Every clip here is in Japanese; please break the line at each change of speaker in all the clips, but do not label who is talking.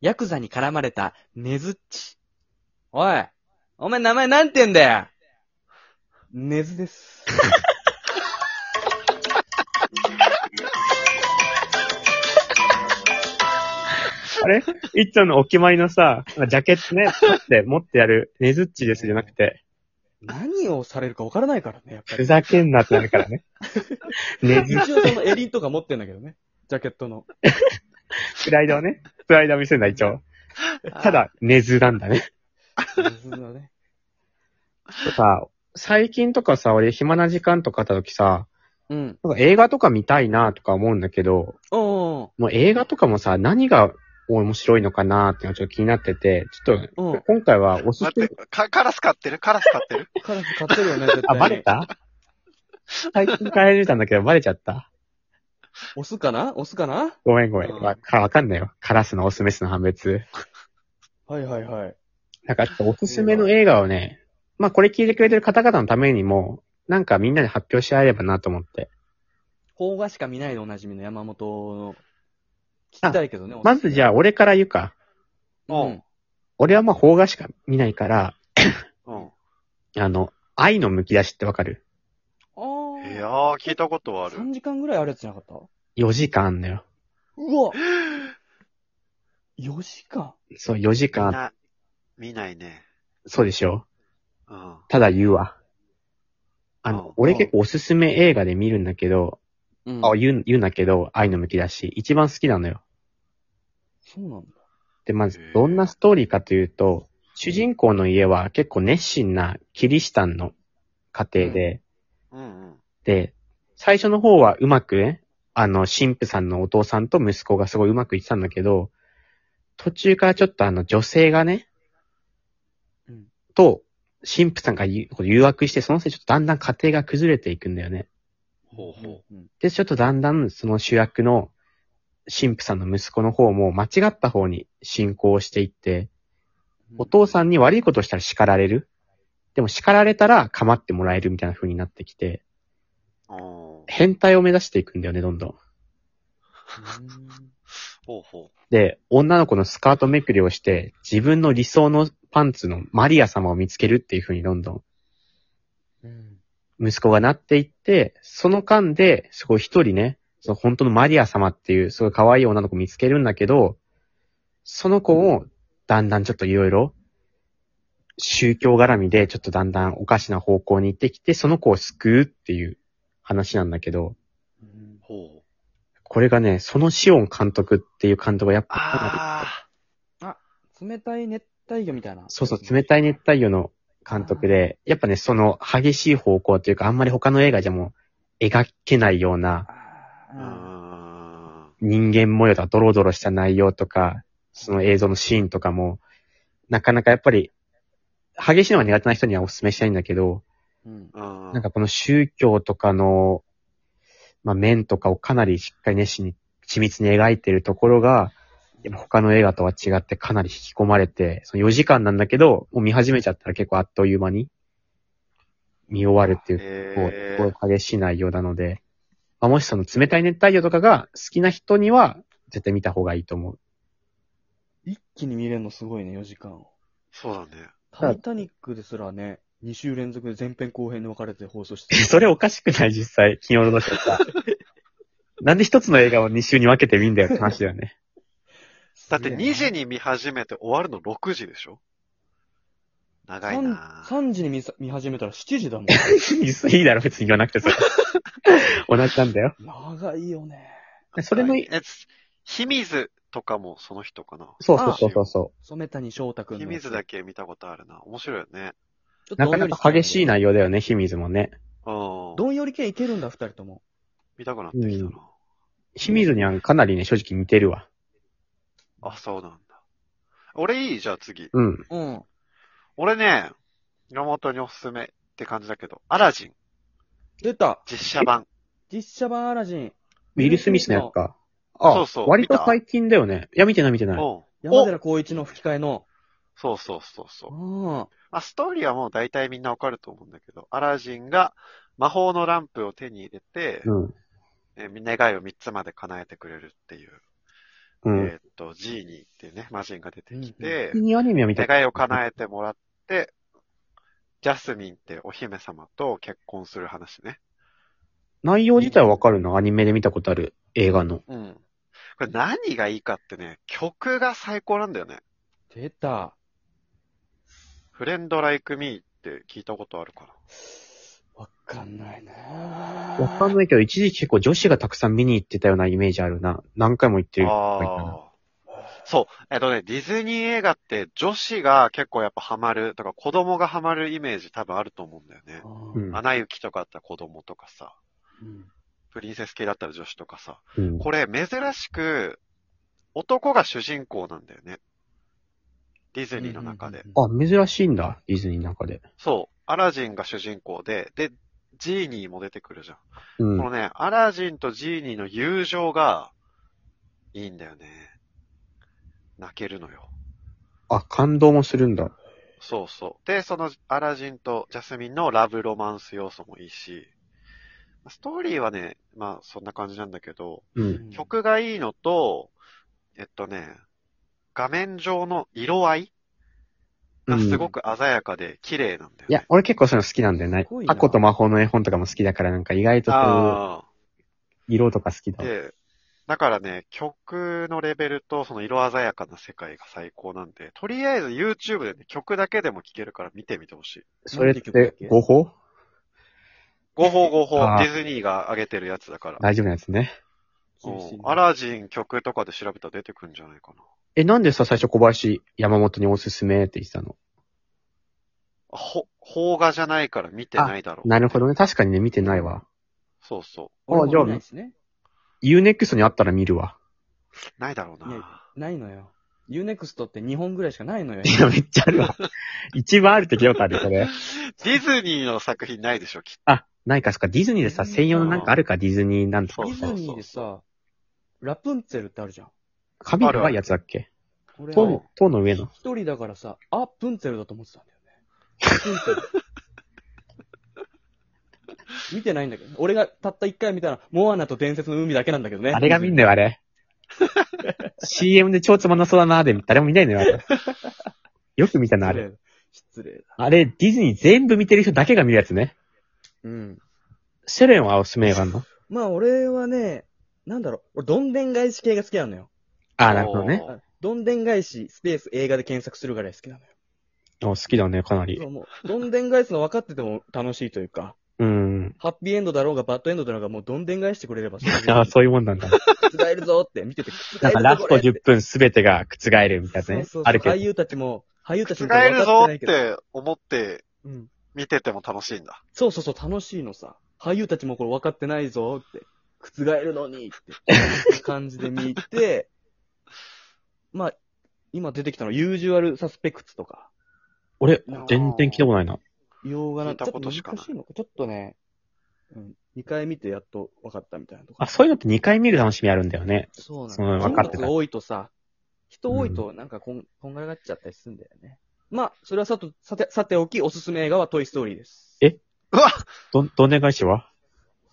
ヤクザに絡まれた、ねずっち。おい、お前名前なんて言うんだよねず です。
あれいっちゃんのお決まりのさ、ジャケットね、持って、持ってやる、ねずっちですじゃなくて、
何をされるか分からないからね、やっぱ
ふ
り。
ざけんなってなるからね。ねずっち
一応そのエリンとか持ってんだけどね。ジャケットの。
プライドをね、プライドを見せるんだ、一応。ただ、ねずなんだね。
ねずのね。
とか、最近とかさ、俺暇な時間とかあった時さ、
うん。
なんか映画とか見たいなとか思うんだけど、
おー
もう映画とかもさ、何が面白いのかなっていうのがちょっと気になってて、ちょっと、
うん
今回はおすす
待っ
め
て、かカラス飼ってるカラス飼ってる
カラス買ってるよね、絶対。
あ、バレた最近帰れたんだけど、バレちゃった。
押すかな押すかな
ごめんごめん。
うん
わかわかんないよ。カラスのオスメスの判別。
はいはいはい。
なんか、おすすめの映画をね、まあこれ聞いてくれてる方々のためにも、なんかみんなで発表し合えればなと思って。
邦画しか見ないでおなじみの山本の、聞きたいけどね。
まずじ
ゃ
ゃあ、俺から言うか。
う
うん
ん。
俺はまあ邦画しか見ないから、
うん。
あの、愛の剥き出しってわかる
あー
いやー、聞いたことはある。
3時間ぐらいあるやつじゃなかった
?4 時間あんのよ。
うわ !4 時間
そう、4時
見
間。
ない。見ないね。
そうでしょ
うん。
ただ言うわ。あの
うん、
俺結構おすすめ映画で見るんだけど、
うん
あ、言う、言うんだけど、愛の剥き出し。一番好きなのよ。
そうなんだ。
で、まず
へ、ー
どんなストーリーかというと、主人公の家は結構熱心なキリシタンの家庭で、
うんうん。
で、最初の方はうまくね、あの、神父さんのお父さんと息子がすごいうまくいってたんだけど、途中からちょっとあの、女性がね、
うん
と、神父さんが誘誘惑して、そのせいでちょっとだんだん家庭が崩れていくんだよね。
ほうほ
うん。
で、ちょっとだんだんその主役の神父さんの息子の方も間違った方に進行していって、お父さんに悪いことしたら叱られる。でも叱られたら構ってもらえるみたいな風になってきて、
う。うん
変態を目指していくんだよね、どんどん。
ほうほ
で、女の子のスカートめくりをして、自分の理想のパンツのマリア様を見つけるっていう風にどんどん
うん。
息子がなっていって、その間で、すごい一人ね、その本当のマリア様っていう、すごい可愛い女の子見つけるんだけど、その子を、だんだんちょっといろいろ、宗教絡みで、ちょっとだんだんおかしな方向に行ってきて、その子を救うっていう話なんだけど、
うん
う。ほう。
これがね、そのシオン監督っていう監督がやっぱかなり、
あ
冷たい熱帯魚みたいな。
そうそう、冷たい熱帯魚の監督で、やっぱね、その激しい方向というか、あんまり他の映画じゃもう、描けないような、
ー。う
あ
ー
人
ん。
間模様とかドロドロした内容とか、その映像のシーンとかも、なかなかやっぱり、激しいのが苦手な人にはお勧めしたいんだけど、
ーうん。
うん。
なんかこの宗教とかの、まあ、面とかをかなりしっかり熱心に、緻密に描いてるところが、やっぱ他の映画とは違ってかなり引き込まれて、その4時間なんだけど、もう見始めちゃったら結構あっという間に見終わるっていうこう、
え
すごい激しい内容なので、まあ、もしその冷たい熱帯魚とかが好きな人には、絶対見た方がいいと思う。
一気に見れるのすごいね、4時間を。
そうだね。
タイタニックですらね、2週連続で前編後編に分かれて放送して
それおかしくない実際、金曜ロードショーって さなんで一つの映画を2週に分けて見んだよって話だよね。
だって2時に見始めて終わるの6時でしょ長いなぁ。
3, 時に見さ見始めたら7時だもん。
実 際いいだろ、別に言わな くてさ。同じなんだよ。
長いよね。
それの、
はいえつ清水とかもその人かな。
そうそうそうそうそ
染谷翔太くんの。
清水だけ見たことあるな。面白いよね。
ちょっ
う。な
とど
か
んよ
な
り
か激しい
な。
内容だよね、秘密もね。
うん。
どんより系いけるんだ、二人とも。
見たくなってきたな。
秘密にはかなりね、正直似てるわ。
あ、そうなんだ。俺いいじゃあ次。
うん。
うん。
俺ね、山本におすすめって感じだけど、アラジン、
出た
実写版。
実写版アラジン。
ウィル・スミスのやつか。あ、
そうそう
割と最近だよね。いや、見てない見て
うん。
ない。
お
山寺宏一の吹き替えの。
そうそうそうそう。
うん。
まあ、ストーリーはもう大体みんなわかると思うんだけど、アラジンが魔法のランプを手に入れて、
うん。
えー願いを3つまで叶えてくれるっていう
う
え
ん。
ーっと、ジーニーっていうね、魔人が出てきて、
ミニアニメは見た。
願いを叶えてもらって、ジャスミンってお姫様と結婚する話ね。
内容自体はわかるな。アニメで見たことある映画の。
うん。これ何がいいかってね、曲が最高なんだよね。
出た。
フレンドライクミーって聞いたことあるかな。
わかんないな
わかんないけど、一時期結構女子がたくさん見に行ってたようなイメージあるな。何回も行ってる。
ああ。そう。えっとね、ディズニー映画って女子が結構やっぱハマる、とか子供がハマるイメージ多分あると思うんだよね。
うん。
アナ雪とかあったら子供とかさ、
うん
プリンセス系だったら女子とかさ。
うん。
これ珍しく男が主人公なんだよね。ディズニーの中で。。
あ、珍しいんだ。ディズニーの中で。
そう。アラジンが主人公で、で、ジーニーも出てくるじゃん。
うん
こ。のね、アラジンとジーニーの友情が、いいんだよね。泣けるのよ。
あ、感動もするんだ。
そうそう。で、そのアラジンとジャスミンのラブロマンス要素もいいし、ストーリーはね、まあそんな感じなんだけど、
うん。
曲がいいのと、えっとね、画面上の色合いがすごく鮮やかで綺麗なんだよ、ね
いや、俺結構そういうの好きなんだよね
すごい。な
アコと魔法の絵本とかも好きだから、なんか意外とそう
ああ。
いう色とか好きだわ。
で、だからね、曲のレベルとその色鮮やかな世界が最高なんで、とりあえず YouTube でね、曲だけでも聴けるから見てみてほしい。
それっ
なんて
て
曲だっけ
合法
合法合法、
あー
ディズニーが上げてるやつだから。
大丈夫なやつね。
うん
厳しいな
アラジン曲とかで調べたら出てくるんじゃないかな。
え、なんでさ、最初小林山本におすすめって言ってたの
ほ、邦画じゃないから見てないだろう。
なるほどね。確かにね、見てないわ。
そうそ
俺
じゃあ
もないしね。
UNEXT にあったら見るわ。
う。ないだろう
いや
な。
ないのよ。UNEXT って2本ぐらいしかないのよ。
いや、めっちゃあるわ。 一番あるって聞いたことある、それ。
ディズニーの作品ないでしょ、きっ
あ、ないか、そっか、ディズニーでさ、専用のなんかあるか、ディズニーなんと
そ
か
う
デ
そ
ィ
う
ズ
そう
ニーでさ、ラプンツェルってあるじゃん。
髪がいやつだっけ
俺、
塔
そう
の、塔の上の。
一人だからさ、あ、プンツェルだと思ってたんだよね。プンツェル。見てないんだけど、俺がたった一回見たら、モアナと伝説の海だけなんだけどね。
あれが見んだよ、あれ。CM で超つまんなそうだなーで、誰も見ないのよ、あれ。よく見たな、あ
失
れ。
礼だ。失礼だ。
あれ、ディズニー全部見てる人だけが見るやつね。
うん。
セレンはおすすめ映画あるの
まあ俺はね、なんだろう、俺どんでん返し系が好きなのよ。
あ
と
ー、なるほどね。
あどんでん返し、スペース映画で検索するぐらい好きなのよ。
お好きだね、かなり
そ。う、もう、どんでん返すの分かってても楽しいというか、
うん。
ハッピーエンドだろうがバッドエンドだろうがもうどんでん返してくれれば、それで
ああ、そういうもんなんだ。
覆 えるぞって見てて、覆
な
える
んか
ぞ
ラス
こ
ト
れって
10分すべてが覆るみたいなね
そうそう。
ある
そう
け
俳
ど。
優たちも、俳優たちも
使えるぞっ
けど
て思って
うん。
見てても楽しいんだ。
そうそうそう、楽しいのさ。俳優たちもこれ分かってないぞって、覆るのにって、感じで見て、 まあ、今出てきたの、ユージュアルサスペクツとか、
俺、全然聞いたことないな。
洋画
聞
ない
た
ちょっ
こと
難し
しかない
いのか、ちょっとね、うん、2回見てやっと分かったみたいなとこ
あ、そういうのって2回見る楽しみあるんだよね。
そうなん
そ
だ。
の分
人
かって
数
た
が多いとさ、人多いとなんかこん、こんがらがっちゃったりするんだよね。まあ、それはさと、さて、さておき、おすすめ映画はトイストーリーです。
え
うわ
どん、どんでん返しは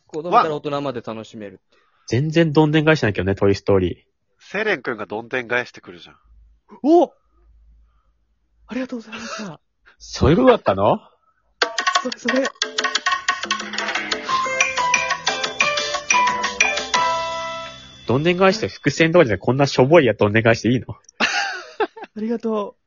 子供から大人まで楽しめるってい
全然どんでん返しないけどね、トイストーリー。
セレン君がどんでん返してくるじゃん。
う。おありがとうございました。
そういうことだったの
それ、それ。
どんでん返しって伏線とかじゃなくてこんなしょぼいやどんでん返しでいいの
ありがと